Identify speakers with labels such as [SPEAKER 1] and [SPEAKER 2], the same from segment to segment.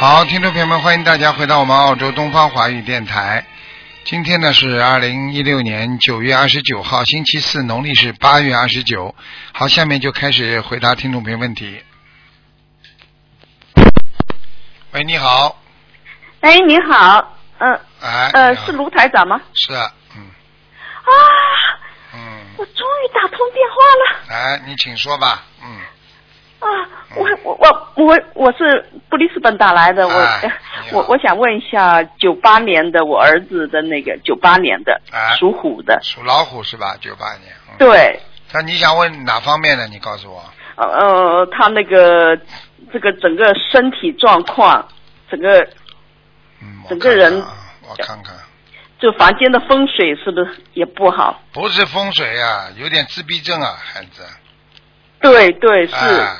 [SPEAKER 1] 好，听众朋友们，欢迎大家回到我们澳洲东方华语电台。今天呢是二零一六年九月二十九号，星期四，农历是八月二十九。好，下面就开始回答听众朋友问题。喂，你好，
[SPEAKER 2] 哎，你好，呃
[SPEAKER 1] 哎，
[SPEAKER 2] 呃，
[SPEAKER 1] 你好
[SPEAKER 2] 是卢台长吗？
[SPEAKER 1] 是啊，嗯
[SPEAKER 2] 啊，
[SPEAKER 1] 嗯，
[SPEAKER 2] 我终于打通电话
[SPEAKER 1] 来，你请说吧，嗯，
[SPEAKER 2] 了啊！我我我我我是布里斯本打来的，我、
[SPEAKER 1] 哎你好
[SPEAKER 2] 我我想问一下，九八年的我儿子的那个九八年的、
[SPEAKER 1] 哎
[SPEAKER 2] 属虎的，
[SPEAKER 1] 属老虎是吧？九八年，嗯，
[SPEAKER 2] 对，
[SPEAKER 1] 那你想问哪方面的？你告诉我。
[SPEAKER 2] 呃呃，他那个这个整个身体状况，整个
[SPEAKER 1] 嗯，我
[SPEAKER 2] 整个
[SPEAKER 1] 看看
[SPEAKER 2] 人
[SPEAKER 1] 啊我看看，
[SPEAKER 2] 就房间的风水是不是也不好？
[SPEAKER 1] 不是风水啊，有点自闭症啊，孩子。
[SPEAKER 2] 对对是，
[SPEAKER 1] 啊，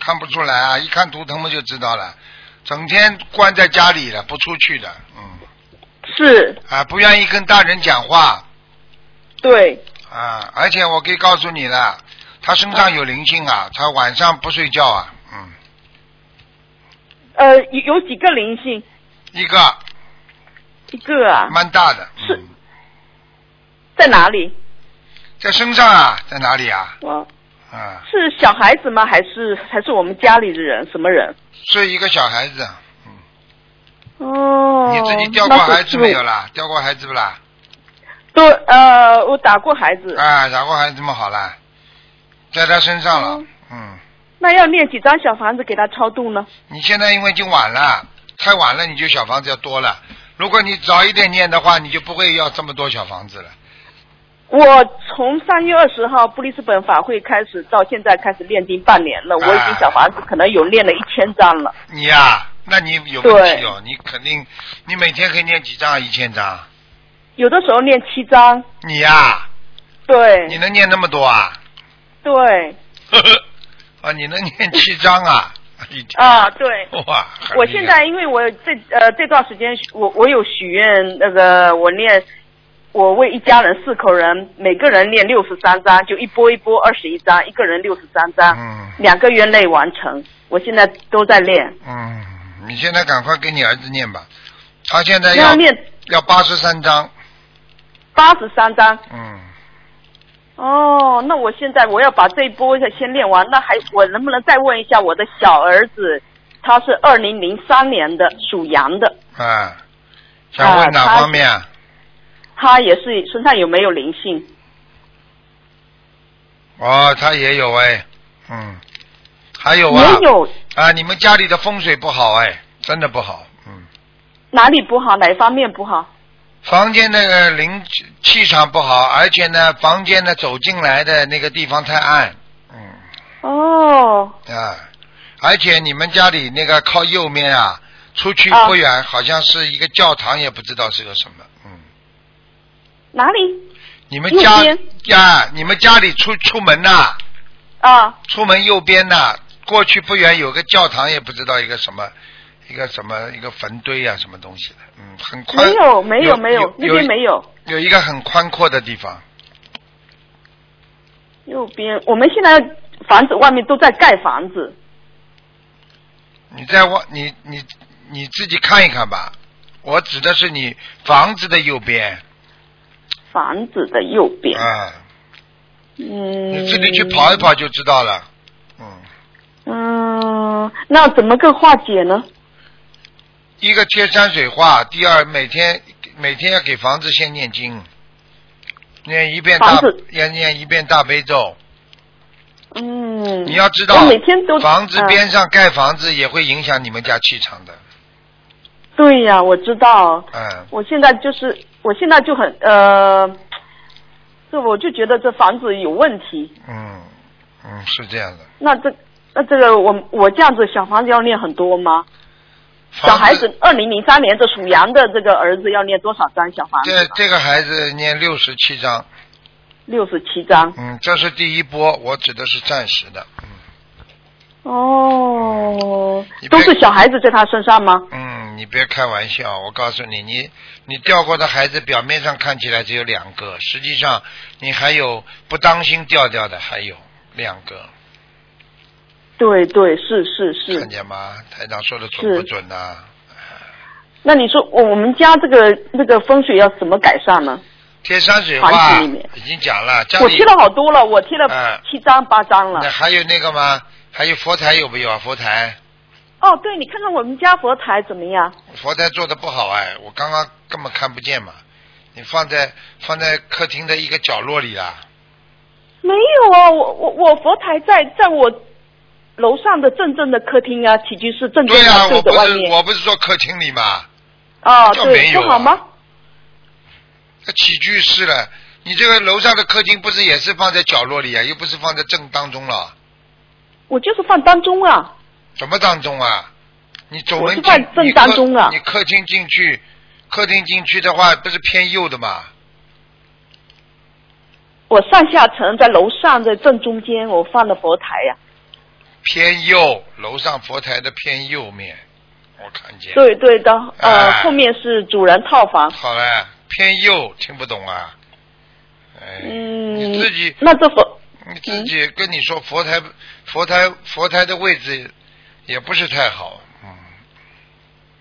[SPEAKER 1] 看不出来啊，一看图腾嘛就知道了，整天关在家里了，不出去的，嗯，
[SPEAKER 2] 是，
[SPEAKER 1] 啊，不愿意跟大人讲话
[SPEAKER 2] 对，
[SPEAKER 1] 啊，而且我可以告诉你了，他身上有灵性啊，他晚上不睡觉啊，嗯，
[SPEAKER 2] 呃，有有几个灵性？
[SPEAKER 1] 一个
[SPEAKER 2] 一个啊，
[SPEAKER 1] 蛮大的，
[SPEAKER 2] 是
[SPEAKER 1] 嗯，
[SPEAKER 2] 在哪里？
[SPEAKER 1] 在身上啊，在哪里啊？
[SPEAKER 2] 我
[SPEAKER 1] 啊，
[SPEAKER 2] 是小孩子吗？还是还是我们家里的人？什么人？
[SPEAKER 1] 是一个小孩子，嗯
[SPEAKER 2] 哦
[SPEAKER 1] 你自己掉过孩子没有？啦？掉过孩子不啦？
[SPEAKER 2] 对，呃，我打过孩 子。
[SPEAKER 1] 啊，打过孩子嘛好啦，在他身上了
[SPEAKER 2] 嗯，
[SPEAKER 1] 嗯。
[SPEAKER 2] 那要念几张小房子给他超度呢？
[SPEAKER 1] 你现在因为已经晚了，太晚了，你就小房子要多了。如果你早一点念的话，你就不会要这么多小房子了。
[SPEAKER 2] 我从三月二十号布里斯本法会开始到现在开始念经半年了，我
[SPEAKER 1] 啊
[SPEAKER 2] 已经小房子可能有念了一千张了。
[SPEAKER 1] 你呀、那你有问题哦，你肯定，你每天可以念几张啊？一千张？
[SPEAKER 2] 有的时候念七张，
[SPEAKER 1] 你呀、你
[SPEAKER 2] 对
[SPEAKER 1] 能念那么多啊？
[SPEAKER 2] 对
[SPEAKER 1] 呵呵，啊，你能念七张啊？ 一天
[SPEAKER 2] 啊对，
[SPEAKER 1] 哇！很厉害
[SPEAKER 2] 我现在因为我这呃这段时间我我有许愿，那个我念，我为一家人四口人每个人念六十三章，就一波一波二十一章，一个人六十三章，
[SPEAKER 1] 嗯
[SPEAKER 2] 两个月内完成。我现在都在练，
[SPEAKER 1] 嗯，你现在赶快给你儿子念吧，他现在
[SPEAKER 2] 要
[SPEAKER 1] 要
[SPEAKER 2] 念
[SPEAKER 1] 要八十三张，
[SPEAKER 2] 八十三章。
[SPEAKER 1] 嗯，
[SPEAKER 2] 哦，那我现在我要把这一波先练完。那还我能不能再问一下我的小儿子？他是二零零三年的，属羊的，
[SPEAKER 1] 啊，想问
[SPEAKER 2] 啊
[SPEAKER 1] 哪
[SPEAKER 2] 他
[SPEAKER 1] 方面啊？
[SPEAKER 2] 他也是身上有没有灵性？
[SPEAKER 1] 哦，他也有哎，嗯，还有啊，
[SPEAKER 2] 也有，
[SPEAKER 1] 啊，你们家里的风水不好哎，真的不好，嗯，
[SPEAKER 2] 哪里不好？哪一方面不好？
[SPEAKER 1] 房间那个灵气气场不好，而且呢，房间呢走进来的那个地方太暗，嗯
[SPEAKER 2] 哦，
[SPEAKER 1] 啊，而且你们家里那个靠右面啊，出去
[SPEAKER 2] 啊
[SPEAKER 1] 不远，好像是一个教堂，也不知道是个什么，嗯，
[SPEAKER 2] 哪里
[SPEAKER 1] 你们
[SPEAKER 2] 右
[SPEAKER 1] 家
[SPEAKER 2] 边
[SPEAKER 1] 呀，你们家里出出门呐、
[SPEAKER 2] 啊？
[SPEAKER 1] 出门右边呐、过去不远有个教堂，也不知道一个什么，一个什么一个坟堆啊，什么东西的，嗯，很宽，
[SPEAKER 2] 没有，没
[SPEAKER 1] 有
[SPEAKER 2] 没有，那
[SPEAKER 1] 有
[SPEAKER 2] 边没有。
[SPEAKER 1] 有一个很宽阔的地方，
[SPEAKER 2] 右边，我们现在房子外面都在盖房子。
[SPEAKER 1] 你在往你你你自己看一看吧，我指的是你房子的右边
[SPEAKER 2] 房子的右边，
[SPEAKER 1] 啊，
[SPEAKER 2] 嗯，
[SPEAKER 1] 你自己去跑一。跑就知道了，嗯，
[SPEAKER 2] 嗯，那怎么个化解呢？
[SPEAKER 1] 一个贴山水画，第二每天每天要给房子先念经，念一遍大
[SPEAKER 2] 房子
[SPEAKER 1] 要念一遍大悲咒，
[SPEAKER 2] 嗯，
[SPEAKER 1] 你要知道，
[SPEAKER 2] 我每天都
[SPEAKER 1] 房子、
[SPEAKER 2] 啊
[SPEAKER 1] 边上盖房子也会影响你们家气场的。
[SPEAKER 2] 对呀、我知道。
[SPEAKER 1] 嗯，
[SPEAKER 2] 我现在就是，我现在就很呃，这我就觉得这房子有问题。
[SPEAKER 1] 嗯，嗯，是这样的。
[SPEAKER 2] 那这那这个我我这样子小房子要念很多吗？
[SPEAKER 1] 房
[SPEAKER 2] 小孩子，二零零三年的属羊的这个儿子要念多少张小房子
[SPEAKER 1] 这
[SPEAKER 2] 呢？
[SPEAKER 1] 这个孩子念六十七章，
[SPEAKER 2] 六十七张。
[SPEAKER 1] 嗯，这是第一波，我指的是暂时的，
[SPEAKER 2] 哦
[SPEAKER 1] 你，别
[SPEAKER 2] 都是小孩子在他身上吗？
[SPEAKER 1] 嗯，你别开玩笑，我告诉你，你你掉过的孩子表面上看起来只有两个，实际上你还有不当心掉掉的，还有两个，
[SPEAKER 2] 对对，是是是
[SPEAKER 1] 看。见吗？台长说的准
[SPEAKER 2] 是
[SPEAKER 1] 不准呐、
[SPEAKER 2] 那你说我我们家这个这个风水要怎么改善呢？
[SPEAKER 1] 贴山水
[SPEAKER 2] 房
[SPEAKER 1] 画
[SPEAKER 2] 子里面
[SPEAKER 1] 已经讲了，家
[SPEAKER 2] 我
[SPEAKER 1] 里
[SPEAKER 2] 贴了好多了，我贴了
[SPEAKER 1] 嗯
[SPEAKER 2] 七张八张了
[SPEAKER 1] 那。还有那个吗？还有佛台有没有啊？佛台，
[SPEAKER 2] 哦，对，你看看我们家佛台怎么样？
[SPEAKER 1] 佛台做的不好哎，我刚刚根本看不见嘛。你放在放在客厅的一个角落里啊，
[SPEAKER 2] 没有啊，我我我佛台在在我楼上的正正的客厅啊，起居室正正
[SPEAKER 1] 对啊，
[SPEAKER 2] 的
[SPEAKER 1] 我
[SPEAKER 2] 正
[SPEAKER 1] 不
[SPEAKER 2] 的外
[SPEAKER 1] 是
[SPEAKER 2] 面。
[SPEAKER 1] 我不是说客厅里嘛，
[SPEAKER 2] 哦，
[SPEAKER 1] 就没
[SPEAKER 2] 对，
[SPEAKER 1] 有
[SPEAKER 2] 不
[SPEAKER 1] 啊
[SPEAKER 2] 好吗？
[SPEAKER 1] 起居室了。你这个楼上的客厅不是也是放在角落里啊？又不是放在正当中了，
[SPEAKER 2] 我就是放当中啊。
[SPEAKER 1] 什么当中啊？你走
[SPEAKER 2] 我
[SPEAKER 1] 门
[SPEAKER 2] 是
[SPEAKER 1] 进，
[SPEAKER 2] 放正
[SPEAKER 1] 你
[SPEAKER 2] 当
[SPEAKER 1] 客
[SPEAKER 2] 中啊
[SPEAKER 1] 你客厅进去，客厅进去的话不是偏右的嘛？
[SPEAKER 2] 我上下层在楼上的正中间，我放的佛台啊呀、
[SPEAKER 1] 偏右，楼上佛台的偏右面，我看见。
[SPEAKER 2] 对对的，呃，
[SPEAKER 1] 哎
[SPEAKER 2] 后面是主人套房。
[SPEAKER 1] 好了，偏右听不懂啊？哎，
[SPEAKER 2] 嗯，
[SPEAKER 1] 你自己
[SPEAKER 2] 那这佛
[SPEAKER 1] 你自己跟你说佛台佛台佛台的位置也不是太好，嗯，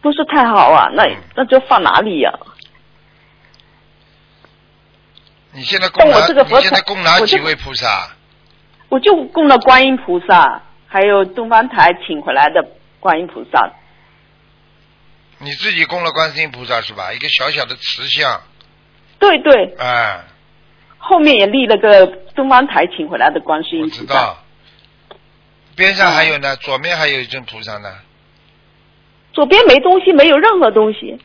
[SPEAKER 2] 不是太好啊，那
[SPEAKER 1] 嗯
[SPEAKER 2] 那就放哪里呀、啊
[SPEAKER 1] 你现在供
[SPEAKER 2] 但
[SPEAKER 1] 哪
[SPEAKER 2] 我这个佛
[SPEAKER 1] 你现在
[SPEAKER 2] 台
[SPEAKER 1] 供哪
[SPEAKER 2] 我这
[SPEAKER 1] 几位菩萨？
[SPEAKER 2] 我就供了观音菩萨，还有东方台请回来的观音菩萨。
[SPEAKER 1] 你自己供了观世音菩萨是吧？一个小小的瓷像，
[SPEAKER 2] 对对，
[SPEAKER 1] 哎，
[SPEAKER 2] 后面也立了个东方台请回来的观世音
[SPEAKER 1] 我
[SPEAKER 2] 菩
[SPEAKER 1] 知
[SPEAKER 2] 萨。
[SPEAKER 1] 道。边上还有呢，左面还有一尊菩萨呢。
[SPEAKER 2] 左边没东西，没有任何东西。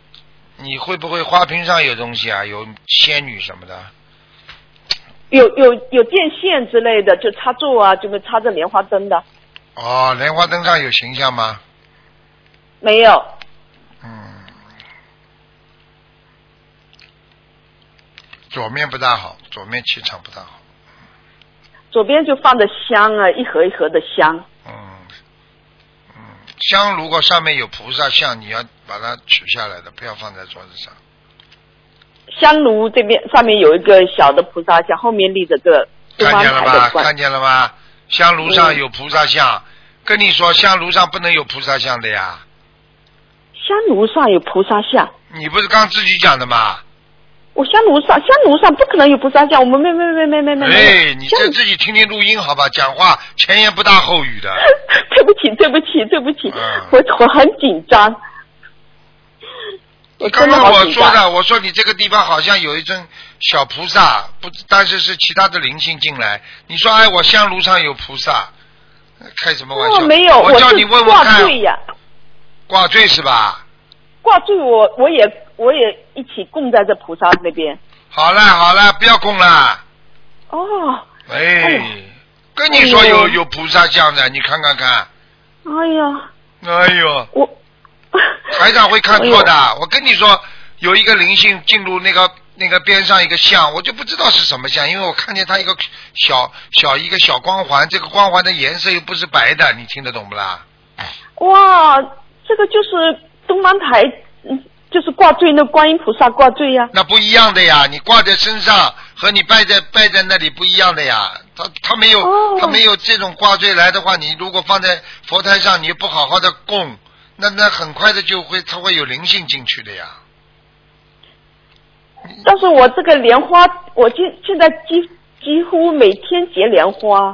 [SPEAKER 1] 你会不会花瓶上有东西啊？有仙女什么的？
[SPEAKER 2] 有有有电线之类的，就插座啊，就是插着莲花灯的，
[SPEAKER 1] 哦，莲花灯上有形象吗？
[SPEAKER 2] 没有。
[SPEAKER 1] 嗯，左面不大好，左面气场不大好。
[SPEAKER 2] 左边就放的香啊，一盒一盒的香。
[SPEAKER 1] 嗯嗯，香如果上面有菩萨像，你要把它取下来的，不要放在桌子上。
[SPEAKER 2] 香炉这边上面有一个小的菩萨像，后面立着个东
[SPEAKER 1] 看
[SPEAKER 2] 方
[SPEAKER 1] 见了
[SPEAKER 2] 台
[SPEAKER 1] 吧？
[SPEAKER 2] 的观
[SPEAKER 1] 看。见了吧？香炉上
[SPEAKER 2] 嗯
[SPEAKER 1] 有菩萨像，跟你说，香炉上不能有菩萨像的呀。
[SPEAKER 2] 香炉上有菩萨像，
[SPEAKER 1] 你不是刚自己讲的吗？
[SPEAKER 2] 我香炉上香炉上不可能有菩萨像，我们没没没没没没没
[SPEAKER 1] 哎，
[SPEAKER 2] 有。
[SPEAKER 1] 你
[SPEAKER 2] 香
[SPEAKER 1] 再自己听听录音好吧？讲话前言不搭后语的。
[SPEAKER 2] 对不起，对不起，对不起
[SPEAKER 1] 嗯，
[SPEAKER 2] 我我很紧张。我
[SPEAKER 1] 刚
[SPEAKER 2] 呃真的
[SPEAKER 1] 刚
[SPEAKER 2] 好
[SPEAKER 1] 我
[SPEAKER 2] 紧
[SPEAKER 1] 说
[SPEAKER 2] 张。
[SPEAKER 1] 的，我说你这个地方好像有一尊小菩萨，不，但是是其他的灵性进来。你说，哎，我香炉上有菩萨，开什么玩
[SPEAKER 2] 哦
[SPEAKER 1] 笑？，
[SPEAKER 2] 没有，
[SPEAKER 1] 我叫
[SPEAKER 2] 是
[SPEAKER 1] 你问问
[SPEAKER 2] 挂
[SPEAKER 1] 看，
[SPEAKER 2] 坠呀，
[SPEAKER 1] 挂坠是吧？
[SPEAKER 2] 挂坠我我也我也一起供在这菩萨那边。
[SPEAKER 1] 好了好了，不要供了。
[SPEAKER 2] 哦，哎呀
[SPEAKER 1] 哎，跟你说
[SPEAKER 2] 哎呦
[SPEAKER 1] 有有菩萨像的，你看看看。
[SPEAKER 2] 哎呀，
[SPEAKER 1] 哎呦，
[SPEAKER 2] 我
[SPEAKER 1] 台长会看错
[SPEAKER 2] 哎呦
[SPEAKER 1] 的。我跟你说，有一个灵性进入那个那个边上一个像，我就不知道是什么像，因为我看见它一个小小一个小光环，这个光环的颜色又不是白的，你听得懂不啦？
[SPEAKER 2] 哇，这个就是东方台，嗯就是挂坠那观音菩萨挂坠呀、
[SPEAKER 1] 那不一样的呀，你挂在身上和你拜在拜在那里不一样的呀。它它没有、
[SPEAKER 2] 哦
[SPEAKER 1] 它没有这种挂坠来的话，你如果放在佛台上，你不好好的供，那那很快的就会它会有灵性进去的呀。嗯
[SPEAKER 2] 但是我这个莲花，我现现在几几乎每天结莲花。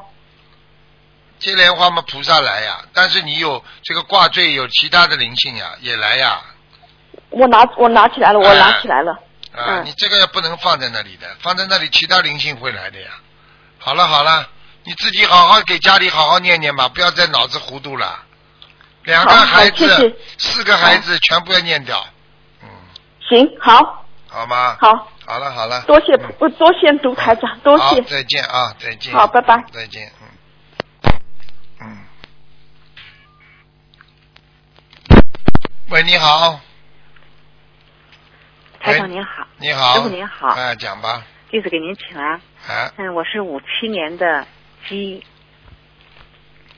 [SPEAKER 1] 接莲花嘛，菩萨来呀，但是你有这个挂坠，有其他的灵性呀，也来呀。
[SPEAKER 2] 我拿我拿起来了，我
[SPEAKER 1] 哎
[SPEAKER 2] 拿起来了。
[SPEAKER 1] 啊，
[SPEAKER 2] 嗯
[SPEAKER 1] 你这个也不能放在那里的，放在那里其他灵性会来的呀。好了好了，你自己好好给家里好好念念吧，不要再脑子糊涂了。两个
[SPEAKER 2] 好好
[SPEAKER 1] 孩子，
[SPEAKER 2] 谢谢
[SPEAKER 1] 四个孩子全部要念掉，嗯，
[SPEAKER 2] 行，好，
[SPEAKER 1] 好吗？，
[SPEAKER 2] 好，
[SPEAKER 1] 好了好了，
[SPEAKER 2] 多谢
[SPEAKER 1] 嗯
[SPEAKER 2] 不多谢卢台长，多
[SPEAKER 1] 好
[SPEAKER 2] 谢。
[SPEAKER 1] 再见啊，再见。
[SPEAKER 2] 好拜拜
[SPEAKER 1] 再见，嗯，嗯。喂，你好。
[SPEAKER 3] 台
[SPEAKER 1] 喂
[SPEAKER 3] 长您好，
[SPEAKER 1] 你好。
[SPEAKER 3] 师傅您好
[SPEAKER 1] 哎，讲吧。
[SPEAKER 3] 弟子给您请安。
[SPEAKER 1] 哎，
[SPEAKER 3] 嗯，我是五七年的鸡，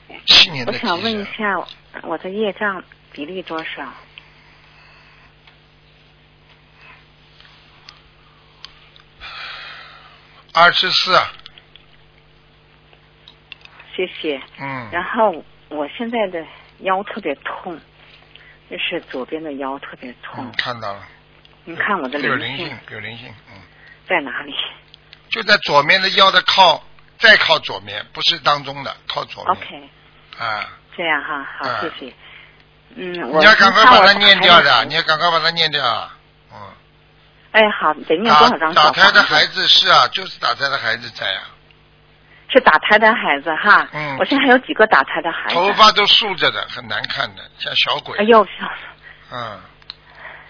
[SPEAKER 1] 五七年的
[SPEAKER 3] 我
[SPEAKER 1] 鸡
[SPEAKER 3] 想问一
[SPEAKER 1] 是吧
[SPEAKER 3] 下我的业障比例多少？
[SPEAKER 1] 二十四，啊
[SPEAKER 3] 谢谢。
[SPEAKER 1] 嗯，
[SPEAKER 3] 然后我现在的腰特别痛，就是左边的腰特别痛
[SPEAKER 1] 嗯，。看到了，
[SPEAKER 3] 你看我的
[SPEAKER 1] 有
[SPEAKER 3] 灵
[SPEAKER 1] 灵
[SPEAKER 3] 性
[SPEAKER 1] 性，有灵性，嗯，
[SPEAKER 3] 在哪里？
[SPEAKER 1] 就在左面的腰的靠，再靠左面，不是当中的，靠左面
[SPEAKER 3] OK，
[SPEAKER 1] 啊！
[SPEAKER 3] 这样哈，好，谢
[SPEAKER 1] 嗯
[SPEAKER 3] 谢。嗯，我
[SPEAKER 1] 你要赶快
[SPEAKER 3] 看
[SPEAKER 1] 把
[SPEAKER 3] 我
[SPEAKER 1] 它
[SPEAKER 3] 的
[SPEAKER 1] 念
[SPEAKER 3] 孩
[SPEAKER 1] 掉
[SPEAKER 3] 子
[SPEAKER 1] 的，你要赶快把它念掉啊，嗯。
[SPEAKER 3] 哎，好，得念
[SPEAKER 1] 打
[SPEAKER 3] 多少张小
[SPEAKER 1] 打胎的
[SPEAKER 3] 房子
[SPEAKER 1] 孩子是啊，就是打胎的孩子在啊，
[SPEAKER 3] 是打胎的孩子哈。
[SPEAKER 1] 嗯
[SPEAKER 3] 我现在还有几个打胎的孩子。
[SPEAKER 1] 头。发都竖着的，很难看的，像小鬼。
[SPEAKER 3] 哎呦，笑死
[SPEAKER 1] 嗯，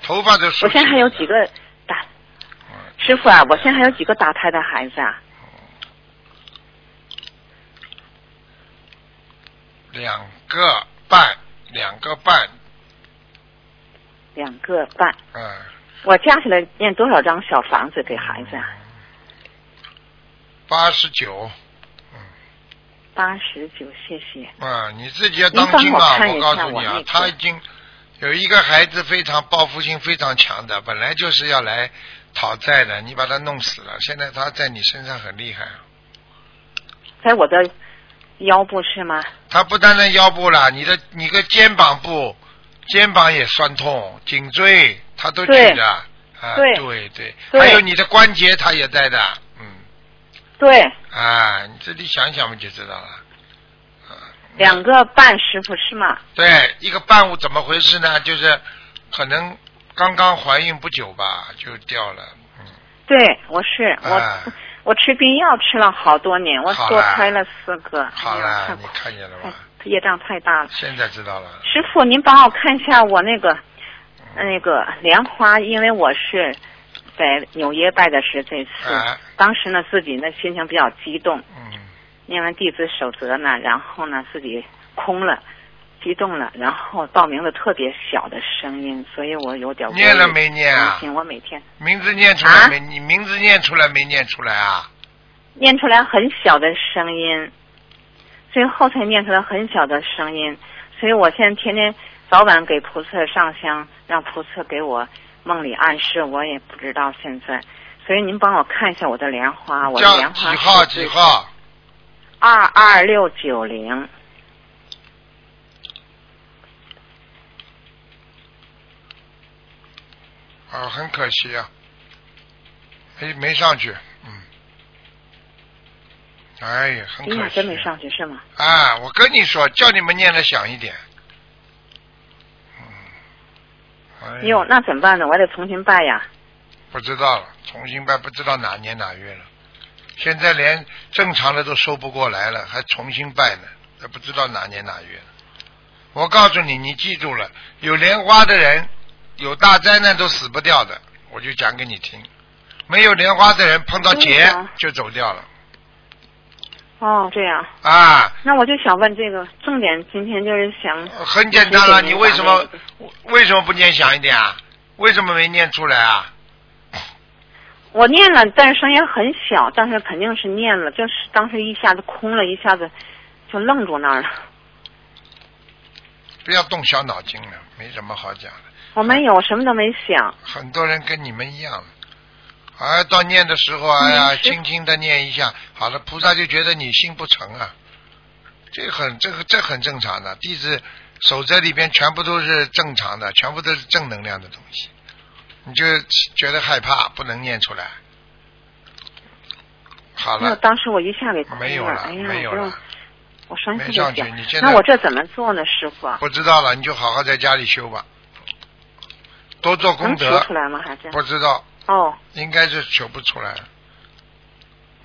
[SPEAKER 1] 头发都竖。
[SPEAKER 3] 我现在还有几？个打
[SPEAKER 1] 嗯，
[SPEAKER 3] 师傅啊，我现在还有几个打胎的孩子啊？
[SPEAKER 1] 两个半，两个半，
[SPEAKER 3] 两个半。
[SPEAKER 1] 嗯。
[SPEAKER 3] 我加起来念多少张小房子给孩子啊？
[SPEAKER 1] 八十九，
[SPEAKER 3] 八十九，谢谢。
[SPEAKER 1] 啊，你自己要当心
[SPEAKER 3] 您帮我
[SPEAKER 1] 啊！
[SPEAKER 3] 看
[SPEAKER 1] 我
[SPEAKER 3] 一
[SPEAKER 1] 告
[SPEAKER 3] 下
[SPEAKER 1] 诉你
[SPEAKER 3] 我
[SPEAKER 1] 啊
[SPEAKER 3] 那，
[SPEAKER 1] 他
[SPEAKER 3] 个
[SPEAKER 1] 已经有一个孩子非常报复心非常强的，本来就是要来讨债的，你把他弄死了，现在他在你身上很厉害啊。
[SPEAKER 3] 在我的腰部是吗？
[SPEAKER 1] 他不单单腰部啦，你的你个肩膀部，肩膀也酸痛，颈椎他都
[SPEAKER 3] 对
[SPEAKER 1] 举着，啊，
[SPEAKER 3] 对
[SPEAKER 1] 对对，
[SPEAKER 3] 对
[SPEAKER 1] 还有你的关节他也在的，嗯，
[SPEAKER 3] 对，
[SPEAKER 1] 啊，你自己想想嘛就知道了，啊，
[SPEAKER 3] 两个半师傅是吗？
[SPEAKER 1] 对，一个伴舞怎么回事呢？就是可能刚刚怀孕不久吧，就掉了，嗯，
[SPEAKER 3] 对，我是我、
[SPEAKER 1] 啊
[SPEAKER 3] 我吃避孕药吃了好多年，我
[SPEAKER 1] 好
[SPEAKER 3] 多
[SPEAKER 1] 啦
[SPEAKER 3] 开了四个。
[SPEAKER 1] 好
[SPEAKER 3] 哎呀
[SPEAKER 1] 了，
[SPEAKER 3] 太
[SPEAKER 1] 你看见了
[SPEAKER 3] 太
[SPEAKER 1] 吧？
[SPEAKER 3] 业障太大了。
[SPEAKER 1] 现在知道了，
[SPEAKER 3] 嗯
[SPEAKER 1] 嗯
[SPEAKER 3] 师哎傅，您帮我看一下我那个呃那个莲花，因为我是在纽约拜的师，这次、
[SPEAKER 1] 啊
[SPEAKER 3] 当时呢自己呢心情比较激动，
[SPEAKER 1] 嗯，
[SPEAKER 3] 念完弟子守则呢，然后呢自己空了，激动了，然后报名的特别小的声音，所以我有点儿
[SPEAKER 1] 念了
[SPEAKER 3] 无语
[SPEAKER 1] 没念啊
[SPEAKER 3] 担心我每天
[SPEAKER 1] 名字念出来
[SPEAKER 3] 啊
[SPEAKER 1] 没？你名字念出来没念出来啊？
[SPEAKER 3] 念出来很小的声音，最后才念出来很小的声音，所以我现在天天早晚给菩萨上香，让菩萨给我梦里暗示，我也不知道现在。所以您帮我看一下我的莲花，我的
[SPEAKER 1] 叫
[SPEAKER 3] 莲
[SPEAKER 1] 几
[SPEAKER 3] 花
[SPEAKER 1] 号几？号？
[SPEAKER 3] 二二六九零，
[SPEAKER 1] 啊，很可惜啊，没没上去，嗯，哎呀，很
[SPEAKER 3] 哎呀
[SPEAKER 1] 可，惜，
[SPEAKER 3] 真没上去是吗？
[SPEAKER 1] 啊！我跟你说，叫你们念的响一点，嗯，哎呀
[SPEAKER 3] 哟，那怎么办呢？我还得重新拜呀。
[SPEAKER 1] 不知道了，重新拜不知道哪年哪月了，现在连正常的都收不过来了，还重新拜呢，还不知道哪年哪月了。我告诉你，你记住了，有莲花的人，有大灾难都死不掉的，我就讲给你听。没有莲花的人碰到
[SPEAKER 3] 对
[SPEAKER 1] 劫
[SPEAKER 3] 呀
[SPEAKER 1] 就走掉了
[SPEAKER 3] 哦，这样，
[SPEAKER 1] 啊，
[SPEAKER 3] 那我就想问这个重点，今天就是想
[SPEAKER 1] 很简单了。你
[SPEAKER 3] 谢谢您
[SPEAKER 1] 为什么
[SPEAKER 3] 把
[SPEAKER 1] 为什么不念响一点啊？为什么没念出来啊？
[SPEAKER 3] 我念了，但是声音很小，但是肯定是念了，就是当时一下子空了，一下子就愣住那儿了。
[SPEAKER 1] 不要动小脑筋了，没什么好讲的。
[SPEAKER 3] 我没有，我什么都没想。
[SPEAKER 1] 很多人跟你们一样，啊，到念的时候，哎呀，
[SPEAKER 3] 嗯是
[SPEAKER 1] 轻轻的念一下，好了，菩萨就觉得你心不诚啊，这很这个这很正常的，弟子守则里边全部都是正常的，全部都是正能量的东西，你就觉得害怕，不能念出来。好
[SPEAKER 3] 那
[SPEAKER 1] 了，
[SPEAKER 3] 当时我一下给空
[SPEAKER 1] 没有
[SPEAKER 3] 了，
[SPEAKER 1] 了，
[SPEAKER 3] 哎呀，
[SPEAKER 1] 没有
[SPEAKER 3] 我就
[SPEAKER 1] 了，
[SPEAKER 3] 我伤
[SPEAKER 1] 没
[SPEAKER 3] 心
[SPEAKER 1] 上
[SPEAKER 3] 就
[SPEAKER 1] 去
[SPEAKER 3] 想
[SPEAKER 1] 你现，在
[SPEAKER 3] 那我这怎么做呢，师 傅？啊
[SPEAKER 1] 不知道了，你就好好在家里修吧，多做功
[SPEAKER 3] 能求
[SPEAKER 1] 德
[SPEAKER 3] 出。来吗？还是
[SPEAKER 1] 不知道，
[SPEAKER 3] 哦，
[SPEAKER 1] 应该是求不出来。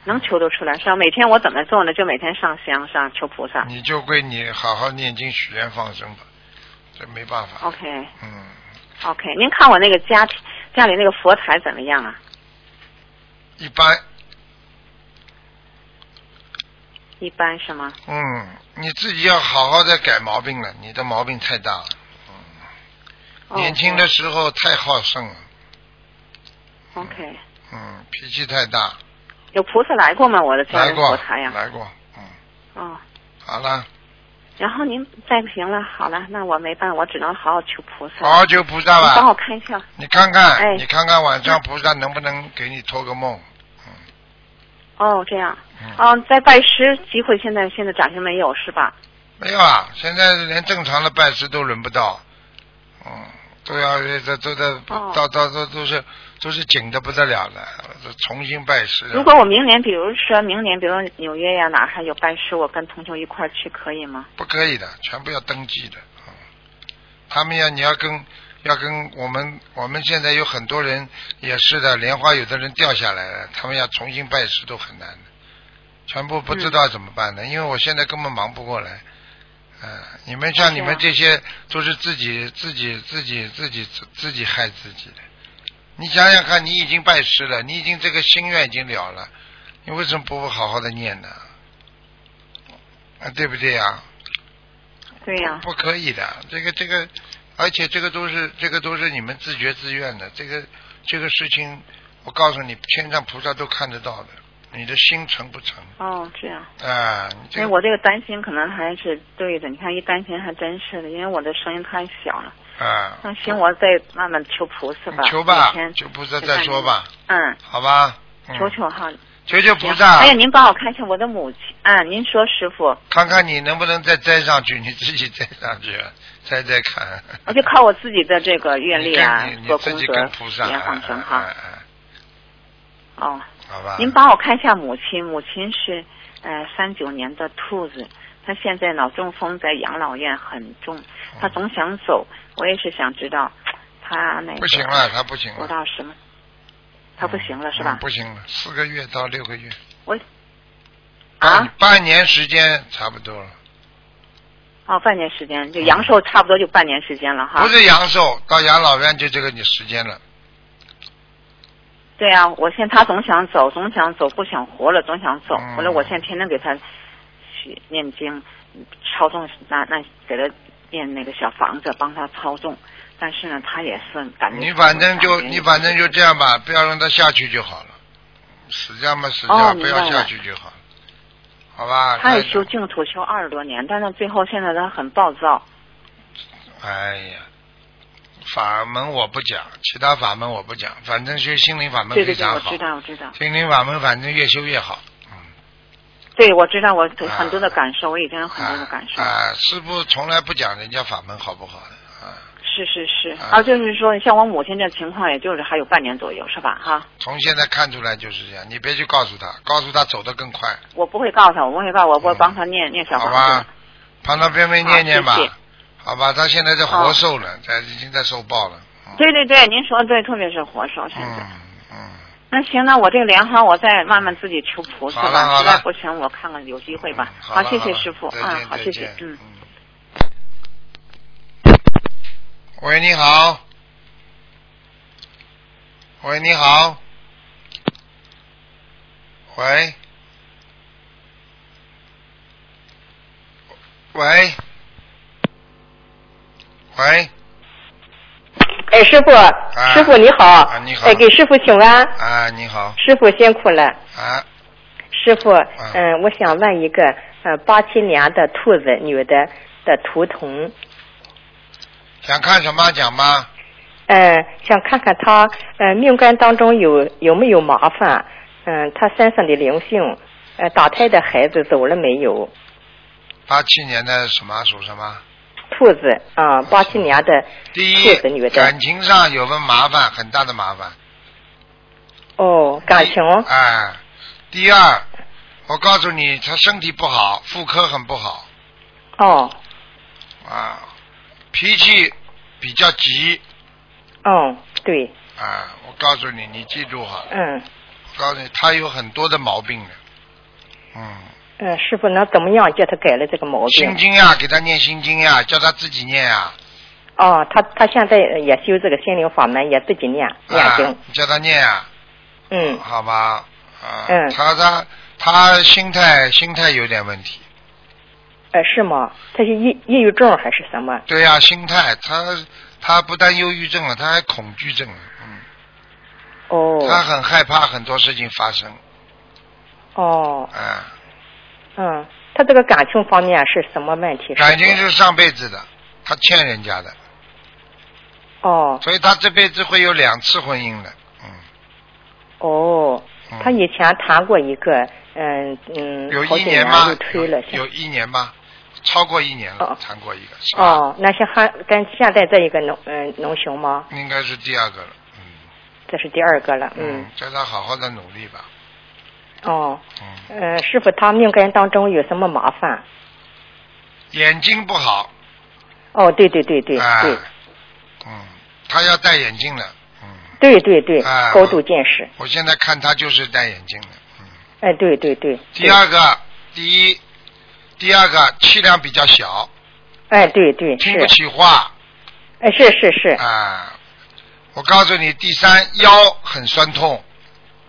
[SPEAKER 3] 能求得出来是吧？每天我怎么做呢？就每天上香上求菩萨。
[SPEAKER 1] 你就归你好好念经许愿放生吧，这没办法。
[SPEAKER 3] OK
[SPEAKER 1] 嗯，
[SPEAKER 3] OK，您看我那个家庭家里那个佛台怎么样啊？
[SPEAKER 1] 一般，
[SPEAKER 3] 一般是吗？
[SPEAKER 1] 嗯，你自己要好好的改毛病了，你的毛病太大了。
[SPEAKER 3] 哦
[SPEAKER 1] 年轻的时候太好胜了，
[SPEAKER 3] OK，
[SPEAKER 1] 嗯，脾气太大。
[SPEAKER 3] 有菩萨来过吗？我的家
[SPEAKER 1] 来
[SPEAKER 3] 里
[SPEAKER 1] 过，
[SPEAKER 3] 佛台呀、
[SPEAKER 1] 来过，嗯，
[SPEAKER 3] 哦。
[SPEAKER 1] 好了，
[SPEAKER 3] 然后您再评了，好了，那我没办法，我只能好好求菩萨。
[SPEAKER 1] 好好求菩萨
[SPEAKER 3] 您帮我
[SPEAKER 1] 吧。
[SPEAKER 3] 看一下，
[SPEAKER 1] 你看看，
[SPEAKER 3] 哎
[SPEAKER 1] 你看看晚上菩萨能不能给你托个梦？
[SPEAKER 3] 哦，这样，
[SPEAKER 1] 嗯，
[SPEAKER 3] 哦，在拜师机会现在现在暂时没有是吧？
[SPEAKER 1] 没有啊，现在连正常的拜师都轮不到，嗯，都要这都在
[SPEAKER 3] 哦
[SPEAKER 1] 到到都都是都是紧的不得了了，重新拜师。
[SPEAKER 3] 如果我明年，比如说明年，比如纽约呀、哪儿还有拜师，我跟同学一块儿去，可以吗？
[SPEAKER 1] 不可以的，全部要登记的。嗯、他们要你要跟要跟我们我们现在有很多人也是的，莲花有的人掉下来了，他们要重新拜师都很难的，全部不知道怎么办呢？因为我现在根本忙不过来。嗯、你们像你们这些都是自己自己自己自己自自己害自己的。你想想看，你已经拜师了，你已经这个心愿已经了了，你为什么不好好的念呢？啊，对不对呀、
[SPEAKER 3] 对呀、
[SPEAKER 1] 不可以的，这个这个，而且这个都是这个都是你们自觉自愿的，这个这个事情，我告诉你，天上菩萨都看得到的，你的心诚不诚
[SPEAKER 3] 哦，这样。
[SPEAKER 1] 啊？你
[SPEAKER 3] 因
[SPEAKER 1] 这
[SPEAKER 3] 为
[SPEAKER 1] 个
[SPEAKER 3] 我这个担心可能还是对的，你看一担心还真是的，因为我的声音太小了。
[SPEAKER 1] 啊，
[SPEAKER 3] 那行，我再慢慢求菩萨吧。
[SPEAKER 1] 你嗯求吧
[SPEAKER 3] 每天，
[SPEAKER 1] 求菩萨再说吧，
[SPEAKER 3] 嗯，
[SPEAKER 1] 好吧？嗯
[SPEAKER 3] 求求哈。
[SPEAKER 1] 求求菩
[SPEAKER 3] 行哎
[SPEAKER 1] 萨
[SPEAKER 3] 还，有，您帮我看一下我的母亲啊，您说师傅，
[SPEAKER 1] 看看你能不能再栽上去，你自己栽上去，啊栽栽看。
[SPEAKER 3] 我就靠我自己的这个阅
[SPEAKER 1] 你
[SPEAKER 3] 历啊
[SPEAKER 1] 跟你，你
[SPEAKER 3] 做
[SPEAKER 1] 自
[SPEAKER 3] 功
[SPEAKER 1] 己
[SPEAKER 3] 德
[SPEAKER 1] 跟菩萨，
[SPEAKER 3] 也好，行
[SPEAKER 1] 啊
[SPEAKER 3] 哈。
[SPEAKER 1] 啊啊
[SPEAKER 3] 哦，
[SPEAKER 1] 好吧？
[SPEAKER 3] 您帮我看一下母亲，母亲是呃三九年的兔子，她现在脑中风在养老院很重，
[SPEAKER 1] 嗯
[SPEAKER 3] 她总想走，我也是想知道她那个
[SPEAKER 1] 不行了，他不行
[SPEAKER 3] 我
[SPEAKER 1] 了。
[SPEAKER 3] 到什么，她不行了是
[SPEAKER 1] 嗯
[SPEAKER 3] 吧？
[SPEAKER 1] 不行了，四个月到六个月，半
[SPEAKER 3] 啊，
[SPEAKER 1] 半年时间差不多了。
[SPEAKER 3] 哦，半年时间，就阳寿差不多就半年时间了哈。
[SPEAKER 1] 不是阳寿，到养老院就这个你时间了。
[SPEAKER 3] 对啊，我现在他总想走，总想走，不想活了，总想走。
[SPEAKER 1] 嗯
[SPEAKER 3] 后来我现在天天给他去念经，操纵那那给他念那个小房子，帮他操纵。但是呢，他也是感觉
[SPEAKER 1] 你反正就
[SPEAKER 3] 感觉
[SPEAKER 1] 你反正就这样吧，不要让他下去就好了。死掉嘛死掉，
[SPEAKER 3] 哦
[SPEAKER 1] 不
[SPEAKER 3] 明白
[SPEAKER 1] 要
[SPEAKER 3] 了
[SPEAKER 1] 下去就好了，好吧？
[SPEAKER 3] 他也
[SPEAKER 1] 那
[SPEAKER 3] 修净土修二十多年，但是最后现在他很暴躁。
[SPEAKER 1] 哎呀，法门我不讲，其他法门我不讲，反正学心灵法门
[SPEAKER 3] 对
[SPEAKER 1] 非
[SPEAKER 3] 对对，
[SPEAKER 1] 常
[SPEAKER 3] 我
[SPEAKER 1] 好
[SPEAKER 3] 知。道，我知道。
[SPEAKER 1] 心灵法门反正越修越好。嗯
[SPEAKER 3] 对，我知道，我
[SPEAKER 1] 啊
[SPEAKER 3] 很多的感受，我已经有很多的
[SPEAKER 1] 啊
[SPEAKER 3] 感受。
[SPEAKER 1] 啊！师傅从来不讲人家法门好不好的啊。
[SPEAKER 3] 是是是，
[SPEAKER 1] 啊
[SPEAKER 3] 啊，就是说，像我母亲这情况，也就是还有半年左右，是吧？哈。
[SPEAKER 1] 从现在看出来就是这样，你别去告诉他，告诉他走得更快，
[SPEAKER 3] 我不会告诉他，我不会告诉我，我
[SPEAKER 1] 嗯
[SPEAKER 3] 会帮他念、念小
[SPEAKER 1] 好
[SPEAKER 3] 房
[SPEAKER 1] 吧
[SPEAKER 3] 子。？
[SPEAKER 1] 帮他边边念念吧，
[SPEAKER 3] 好谢谢
[SPEAKER 1] 好吧？他现在在活受了，在已经在受报了，
[SPEAKER 3] 对对对，您说的对，特别是活烧现在。
[SPEAKER 1] 嗯嗯，
[SPEAKER 3] 那行，那我这个莲花，我再慢慢自己求菩萨
[SPEAKER 1] 好了好
[SPEAKER 3] 吧。
[SPEAKER 1] 了
[SPEAKER 3] 实在不行，我看看有机会吧。
[SPEAKER 1] 嗯好了
[SPEAKER 3] 谢
[SPEAKER 1] 好
[SPEAKER 3] 谢
[SPEAKER 1] 了
[SPEAKER 3] 师傅
[SPEAKER 1] 再
[SPEAKER 3] 啊
[SPEAKER 1] 见，
[SPEAKER 3] 好，
[SPEAKER 1] 再
[SPEAKER 3] 谢谢
[SPEAKER 1] 见，
[SPEAKER 3] 嗯。
[SPEAKER 1] 喂，你好。喂，你好。喂。喂。喂。
[SPEAKER 4] 哎，师傅，师傅你好，
[SPEAKER 1] 啊你好
[SPEAKER 4] 哎，给师傅请安，
[SPEAKER 1] 啊，你好。
[SPEAKER 4] 师傅辛苦了，
[SPEAKER 1] 啊，
[SPEAKER 4] 师傅，
[SPEAKER 1] 哎
[SPEAKER 4] 嗯、我想问一个，呃，八七年的兔子女的的图腾，
[SPEAKER 1] 想看什么讲吧。
[SPEAKER 4] 呃，想看看她，呃，命根当中有有没有麻烦，嗯、她身上的灵性，呃，打胎的孩子走了没有？
[SPEAKER 1] 八七年的什么属什么？
[SPEAKER 4] 兔子啊，八、七年的
[SPEAKER 1] 第
[SPEAKER 4] 兔子女
[SPEAKER 1] 一，
[SPEAKER 4] 的
[SPEAKER 1] 感，情上有份麻烦，很大的麻烦。
[SPEAKER 4] 哦，感情，
[SPEAKER 1] 哎，第二，我告诉你，他身体不好，妇科很不好
[SPEAKER 4] 哦，
[SPEAKER 1] 啊，脾气比较急
[SPEAKER 4] 嗯，对，
[SPEAKER 1] 啊。我告诉你，你记住哈，
[SPEAKER 4] 嗯。
[SPEAKER 1] 我告诉你，他有很多的毛病的。嗯，
[SPEAKER 4] 嗯，师傅，那怎么样叫他改了这个毛病
[SPEAKER 1] 心？经呀，给他念心经呀，叫他自己念啊呀，
[SPEAKER 4] 哦，他他现在也修这个心灵法门，也自己念念
[SPEAKER 1] 啊
[SPEAKER 4] 经。，
[SPEAKER 1] 叫他念呀，
[SPEAKER 4] 嗯，
[SPEAKER 1] 好吧？啊，
[SPEAKER 4] 嗯
[SPEAKER 1] 他他他心态心态有点问题。
[SPEAKER 4] 呃，是吗？他是抑抑郁症还是什么？
[SPEAKER 1] 对呀、心态，他他不但忧郁症了，他还恐惧症了，嗯，
[SPEAKER 4] 哦
[SPEAKER 1] 他很害怕很多事情发生，
[SPEAKER 4] 哦，
[SPEAKER 1] 啊，
[SPEAKER 4] 嗯，他这个感情方面是什么问题？
[SPEAKER 1] 感情
[SPEAKER 4] 师
[SPEAKER 1] 是上辈子的，他欠人家的，
[SPEAKER 4] 傅哦
[SPEAKER 1] 所以他这辈子会有两次婚姻的，嗯，
[SPEAKER 4] 哦，
[SPEAKER 1] 嗯
[SPEAKER 4] 他以前谈过一个，嗯嗯，
[SPEAKER 1] 有
[SPEAKER 4] 好
[SPEAKER 1] 一
[SPEAKER 4] 几
[SPEAKER 1] 年
[SPEAKER 4] 了
[SPEAKER 1] 吗
[SPEAKER 4] 又？推了，
[SPEAKER 1] 有有一年吗？超过一年了
[SPEAKER 4] 哦，
[SPEAKER 1] 缠过一个，是吧？
[SPEAKER 4] 哦，那像哈跟现在这一个农嗯、农熊吗？
[SPEAKER 1] 应该是第二个了，嗯
[SPEAKER 4] 这是第二个了，嗯，，
[SPEAKER 1] 叫他好好的努力吧，
[SPEAKER 4] 哦，
[SPEAKER 1] 嗯，
[SPEAKER 4] 呃，师傅他命根当中有什么麻烦？
[SPEAKER 1] 眼睛不好，
[SPEAKER 4] 哦，对对对对
[SPEAKER 1] 哎
[SPEAKER 4] 对，
[SPEAKER 1] 嗯，他要戴眼镜了，嗯，
[SPEAKER 4] 对对对
[SPEAKER 1] 哎，
[SPEAKER 4] 高度近视，
[SPEAKER 1] 我现在看他就是戴眼镜的，嗯，
[SPEAKER 4] 哎，对对对，
[SPEAKER 1] 第二个，第一，第二个气量比较小，
[SPEAKER 4] 哎，对对
[SPEAKER 1] 听
[SPEAKER 4] 是
[SPEAKER 1] 不，起话
[SPEAKER 4] 哎，是是是，
[SPEAKER 1] 啊。我告诉你，第三腰很酸痛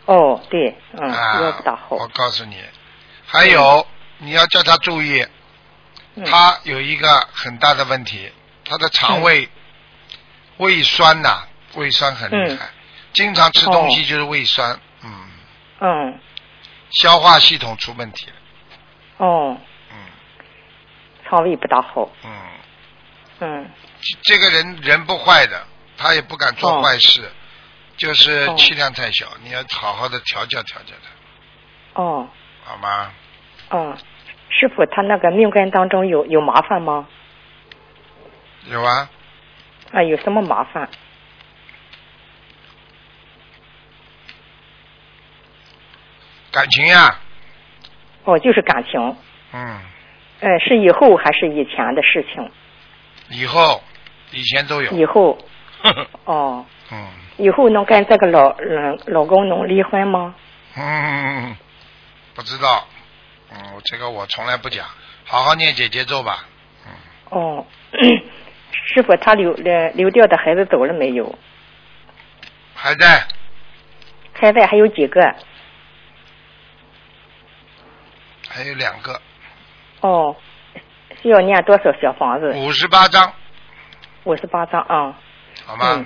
[SPEAKER 4] 哦，对，嗯，
[SPEAKER 1] 啊，
[SPEAKER 4] 腰不大好
[SPEAKER 1] 我，告诉你，还有你要叫他注意，
[SPEAKER 4] 嗯
[SPEAKER 1] 他有一个很大的问题，他的肠胃胃酸呐、胃酸很厉害，经常
[SPEAKER 4] 哦
[SPEAKER 1] 吃东西就是胃酸，嗯，
[SPEAKER 4] 嗯，
[SPEAKER 1] 消化系统出问题了，
[SPEAKER 4] 哦，
[SPEAKER 1] 嗯
[SPEAKER 4] 肠胃不大好，
[SPEAKER 1] 嗯。
[SPEAKER 4] 嗯，
[SPEAKER 1] 这个人人不坏的，他也不敢做坏事，就是气量太小，你要好好的调教调教他，
[SPEAKER 4] 哦，
[SPEAKER 1] 好吗？
[SPEAKER 4] 嗯，师傅他那个命根当中有有麻烦吗？
[SPEAKER 1] 有啊，
[SPEAKER 4] 啊，有什么麻烦？
[SPEAKER 1] 感情呀、
[SPEAKER 4] 哦，就是感情，
[SPEAKER 1] 嗯，
[SPEAKER 4] 呃，是以后还是以前的事情？
[SPEAKER 1] 以后以前都有，
[SPEAKER 4] 以后，哦，
[SPEAKER 1] 嗯
[SPEAKER 4] 以后能跟这个老嗯老公能离婚吗？
[SPEAKER 1] 嗯，不知道，嗯，这个我从来不讲，好好念姐姐咒吧，
[SPEAKER 4] 哦， 师傅他留呃留掉的孩子走了没有？
[SPEAKER 1] 还在
[SPEAKER 4] 海外还有几个？
[SPEAKER 1] 还有两个
[SPEAKER 4] 哦，需要念多少小房子？
[SPEAKER 1] 五十八章，
[SPEAKER 4] 五十八张啊。
[SPEAKER 1] 好吗？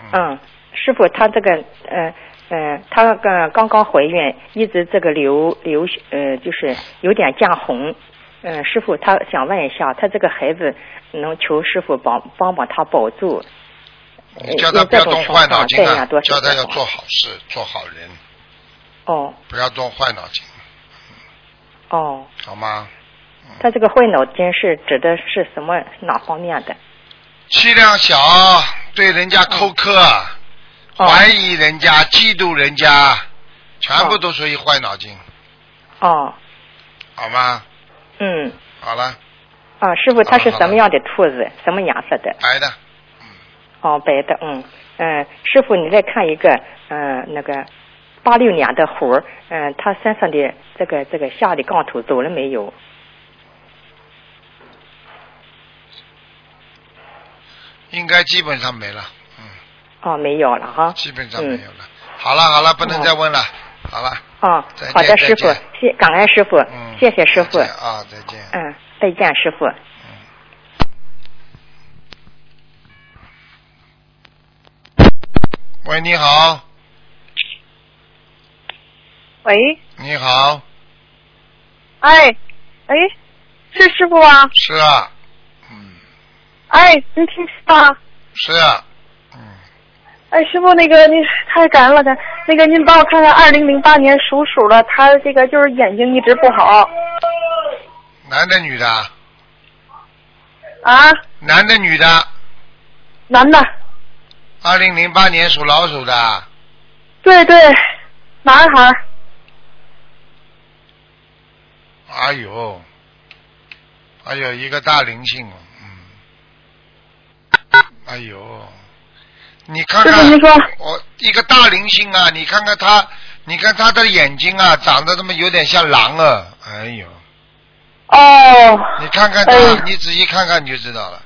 [SPEAKER 4] 嗯嗯，师傅他这个呃呃，他刚刚刚怀孕，一直这个流流血呃就是有点见红。嗯，师傅他想问一下，他这个孩子能求师傅帮帮帮他保住？
[SPEAKER 1] 你叫他不要动坏脑筋
[SPEAKER 4] 有这种情况再
[SPEAKER 1] 啊
[SPEAKER 4] 念多，
[SPEAKER 1] 叫
[SPEAKER 4] 少
[SPEAKER 1] 他要
[SPEAKER 4] 遍
[SPEAKER 1] 做好事，做好人，
[SPEAKER 4] 哦
[SPEAKER 1] 不要动坏脑筋，
[SPEAKER 4] 哦，
[SPEAKER 1] 好吗？嗯
[SPEAKER 4] 他这个坏脑筋是指的是什么哪方面的？
[SPEAKER 1] 气量小，对人家苛刻，
[SPEAKER 4] 哦
[SPEAKER 1] 怀疑人家，嫉妒人家，全部都属于坏脑筋，
[SPEAKER 4] 哦，
[SPEAKER 1] 好吗？
[SPEAKER 4] 嗯
[SPEAKER 1] 好了，
[SPEAKER 4] 啊，师傅他是
[SPEAKER 1] 好了好了
[SPEAKER 4] 什么样的兔子？什么颜色的？
[SPEAKER 1] 白的，嗯
[SPEAKER 4] 哦，白的，嗯，嗯，师傅，你再看一个，嗯、那个八六年的猴儿，嗯、他身上的这个这个下的杠头走了没有？
[SPEAKER 1] 应该基本上没了，嗯，
[SPEAKER 4] 哦，没有了哈。
[SPEAKER 1] 基本上没有了。
[SPEAKER 4] 嗯
[SPEAKER 1] 好了好了，不能再问了，好了，
[SPEAKER 4] 啊、
[SPEAKER 1] 再见
[SPEAKER 4] 好的，师傅
[SPEAKER 1] 再见，
[SPEAKER 4] 谢感恩师傅，
[SPEAKER 1] 嗯，
[SPEAKER 4] 呃谢谢师傅
[SPEAKER 1] 再，见啊，再见。
[SPEAKER 4] 嗯，再见师傅。
[SPEAKER 1] 喂，你好，
[SPEAKER 5] 喂，
[SPEAKER 1] 你好，
[SPEAKER 5] 哎，哎，是师傅啊，
[SPEAKER 1] 是啊，嗯，
[SPEAKER 5] 哎，您听啊，
[SPEAKER 1] 是啊，嗯，
[SPEAKER 5] 哎，师傅，那个您太感恩了，他那个您帮我看看，二零零八年属鼠的，他这个就是眼睛一直不好
[SPEAKER 1] 男的女的啊，
[SPEAKER 5] 啊，
[SPEAKER 1] 男的女的，
[SPEAKER 5] 男的，
[SPEAKER 1] 二零零八年属老鼠的啊。
[SPEAKER 5] 对对，男孩儿，
[SPEAKER 1] 哎呦，哎呦，一个大灵性哦，嗯，哎呦，你看
[SPEAKER 5] 师傅
[SPEAKER 1] 看
[SPEAKER 5] 您说，
[SPEAKER 1] 我一个大灵性啊，你看看他，你看他的眼睛啊，长得他妈有点像狼啊，哎呦，
[SPEAKER 5] 哦，
[SPEAKER 1] 你看看他，
[SPEAKER 5] 哎呀
[SPEAKER 1] 你仔细看看你就知道了，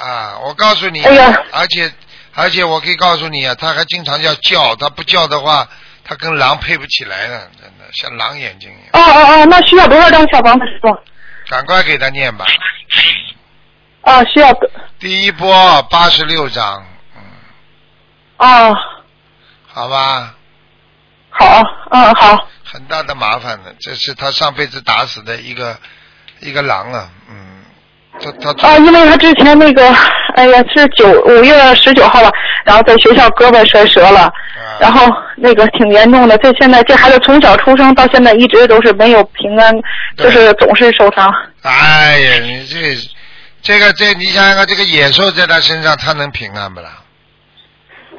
[SPEAKER 1] 啊，我告诉你，
[SPEAKER 5] 哎呀
[SPEAKER 1] 而且而且我可以告诉你啊，他还经常要叫，他不叫的话，他跟狼配不起来呢，真的像狼眼睛一样，
[SPEAKER 5] 哦哦哦，那需要多少张小房子，师傅？
[SPEAKER 1] 赶快给他念吧。
[SPEAKER 5] 啊，需要多，
[SPEAKER 1] 第一波八十六章，嗯，
[SPEAKER 5] 哦，
[SPEAKER 1] 好吧，
[SPEAKER 5] 好，嗯好，
[SPEAKER 1] 很大的麻烦的，这是他上辈子打死的一个一个狼啊，嗯，他他
[SPEAKER 5] 啊，因为他之前那个，哎呀，是九五月十九号吧，然后在学校胳膊摔折了，
[SPEAKER 1] 嗯
[SPEAKER 5] 然后那个挺严重的。这现在这孩子从小出生到现在一直都是没有平安，就是总是受伤。
[SPEAKER 1] 哎呀，你这这个这你想想看，这个野兽在他身上，他能平安不啦？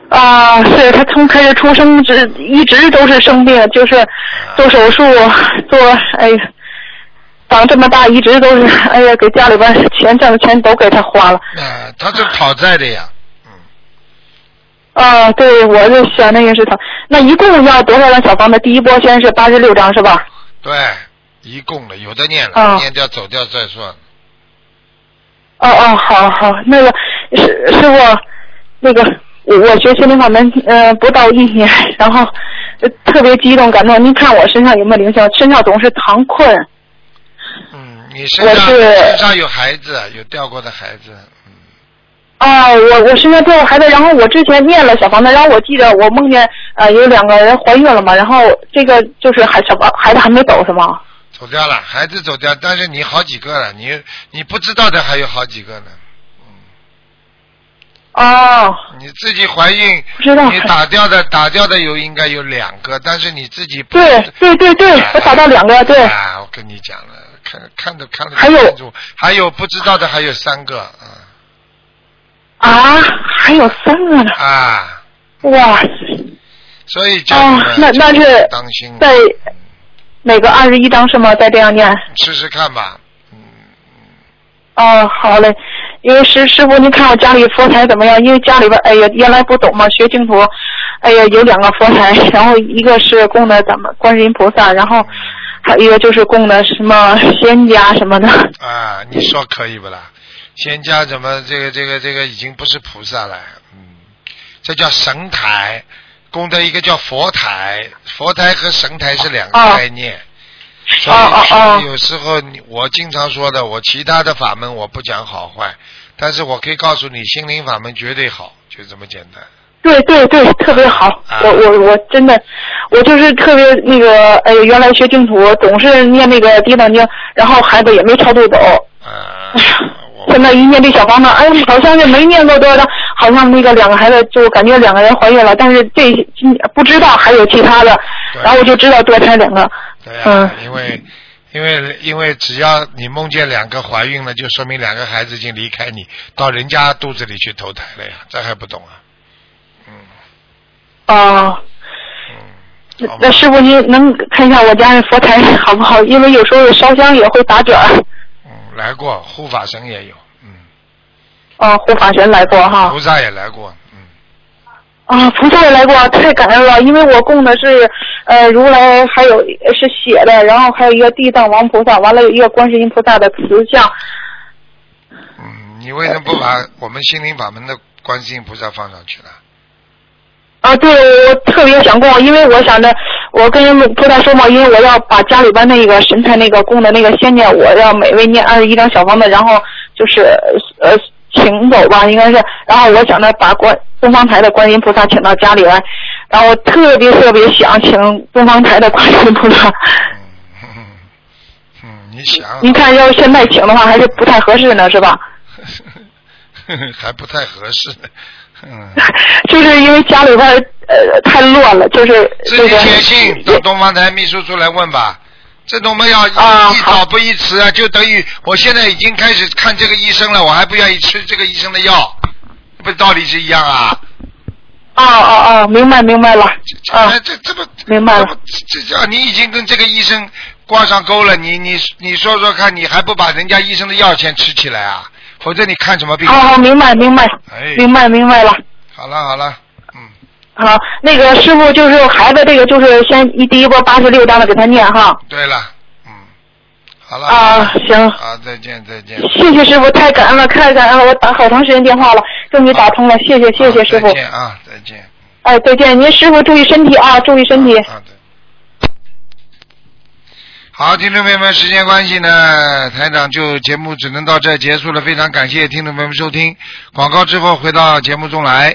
[SPEAKER 5] 啊，是他从开始出生之一直都是生病，就是做手术做，哎呀，长这么大一直都是，哎呀，给家里边钱挣的钱都给他花了。
[SPEAKER 1] 呃，他是讨债的呀。嗯
[SPEAKER 5] 啊，对，我就想那个是他。那一共要多少张小房子？第一波先是八十六张是吧？
[SPEAKER 1] 对，一共的有的念了，
[SPEAKER 5] 啊
[SPEAKER 1] 念掉走掉再算。
[SPEAKER 5] 哦哦，好好，那个师师傅，那个我我学心灵法门呃不到一年，然后、呃特别激动感动。您看我身上有没有灵性？身上总是疼困。
[SPEAKER 1] 嗯，你身上
[SPEAKER 5] 我是
[SPEAKER 1] 身上有孩子，有掉过的孩子。
[SPEAKER 5] 啊，我我身上掉过孩子，然后我之前念了小房子，然后我记得我梦见呃有两个人怀孕了嘛，然后这个就是还小房孩子还没走是吗？
[SPEAKER 1] 走掉了，孩子走掉，但是你好几个了，你你不知道的还有好几个呢。
[SPEAKER 5] 哦，
[SPEAKER 1] 你自己怀孕，
[SPEAKER 5] 不知道
[SPEAKER 1] 你打掉的打掉的有应该有两个，但是你自己不
[SPEAKER 5] 对对对对，我打到两个对。
[SPEAKER 1] 啊，我跟你讲了，看看都看得
[SPEAKER 5] 还有
[SPEAKER 1] 清楚，还有不知道的还有三个啊
[SPEAKER 5] 啊，还有三个呢，
[SPEAKER 1] 啊，
[SPEAKER 5] 哇！
[SPEAKER 1] 所以叫你
[SPEAKER 5] 哦
[SPEAKER 1] 们，
[SPEAKER 5] 那那是
[SPEAKER 1] 当心嗯
[SPEAKER 5] 在每个二十一章是吗？再这样念？
[SPEAKER 1] 试试看吧。嗯
[SPEAKER 5] 哦，好嘞。因为师师傅，您看我家里佛台怎么样？因为家里边，哎呀，原来不懂嘛，学净土，哎呀，有两个佛台， 然后一个是供的咱们观世音菩萨，然后还有一个就是供的什么仙家什么的。
[SPEAKER 1] 啊，你说可以不啦？仙家怎么这个这个这个已经不是菩萨了？嗯，这叫神台，供的一个叫佛台，佛台和神台是两个
[SPEAKER 5] 哦
[SPEAKER 1] 概念。所
[SPEAKER 5] 哦哦
[SPEAKER 1] 以
[SPEAKER 5] 哦
[SPEAKER 1] 有时候你我经常说的，我其他的法门我不讲好坏，但是我可以告诉你，心灵法门绝对好，就这么简单。
[SPEAKER 5] 对对对，特别好
[SPEAKER 1] 啊。
[SPEAKER 5] 我我我真的，我就是特别那个，哎，原来学净土总是念那个地藏经，然后孩子也没超度走。
[SPEAKER 1] 啊、
[SPEAKER 5] 哎呀
[SPEAKER 1] 我
[SPEAKER 5] 现在一念这小方子，哎，好像是没念过多少张，好像那个两个孩子就感觉两个人怀孕了，但是这今不知道还有其他的，
[SPEAKER 1] 对
[SPEAKER 5] 然后我就知道多胎两个。
[SPEAKER 1] 对呀、
[SPEAKER 5] 嗯
[SPEAKER 1] 因为因为因为只要你梦见两个怀孕了，就说明两个孩子已经离开你，到人家肚子里去投胎了呀，这还不懂啊？
[SPEAKER 5] 哦，
[SPEAKER 1] 嗯，
[SPEAKER 5] 那
[SPEAKER 1] 好吧
[SPEAKER 5] 那，师傅您能看一下我家的佛台好不好？因为有时候烧香也会打卷儿。
[SPEAKER 1] 嗯，来过护法神也有，嗯，
[SPEAKER 5] 哦，护法神来过哈。
[SPEAKER 1] 菩萨也来过，嗯，
[SPEAKER 5] 啊，菩萨也来过，太感恩了，因为我供的是呃如来，还有呃是写的，然后还有一个地藏王菩萨，完了有一个观世音菩萨的瓷像。
[SPEAKER 1] 嗯，你为什么不把我们心灵法门的观世音菩萨放上去呢？
[SPEAKER 5] 啊，对，我特别想供，因为我想着，我跟菩萨说嘛，因为我要把家里边那个神台那个供的那个仙念，我要每位念二十一张小房子，然后就是呃请走吧，应该是，然后我想着把观东方台的观音菩萨请到家里来，然后我特别特别想请东方台的观音菩 萨。
[SPEAKER 1] 嗯， 哼哼嗯，你想
[SPEAKER 5] 您看，要是现在请的话，还是不太合适呢，是吧？
[SPEAKER 1] 还不太合适，嗯，
[SPEAKER 5] 就是因为家里边儿呃太乱了，就是
[SPEAKER 1] 自
[SPEAKER 5] 这
[SPEAKER 1] 己
[SPEAKER 5] 个
[SPEAKER 1] 写
[SPEAKER 5] 嗯
[SPEAKER 1] 信到东方台秘书处来问吧。这种嘛要一
[SPEAKER 5] 啊
[SPEAKER 1] 一早不一迟啊，就等于我现在已经开始看这个医生了，我还不愿意吃这个医生的药，不道理是一样啊？
[SPEAKER 5] 哦哦哦，明白明白了，啊
[SPEAKER 1] 哎，这这不
[SPEAKER 5] 明白了
[SPEAKER 1] 这不这这你已经跟这个医生挂上钩了，你你你说说看，你还不把人家医生的药先吃起来啊？否则你看什么病？
[SPEAKER 5] 好好明白明白
[SPEAKER 1] 哎
[SPEAKER 5] 啊明白明白了。
[SPEAKER 1] 好了好了，嗯，
[SPEAKER 5] 好，那个师傅就是孩子这个就是先一第一波八十六章的给他念哈。
[SPEAKER 1] 对了，嗯，好了
[SPEAKER 5] 啊，行，
[SPEAKER 1] 好，再见再见。
[SPEAKER 5] 谢谢师傅，太感恩了，太感恩了，我打好长时间电话了，终于打通了，谢谢谢谢师傅
[SPEAKER 1] 再。见啊，再见。
[SPEAKER 5] 哎，再见，您师傅注意身体啊，注意身体。
[SPEAKER 1] 啊，对。好，听众朋友们，时间关系呢，台长就节目只能到这儿结束了。非常感谢听众朋友们收听，广告之后回到节目中来。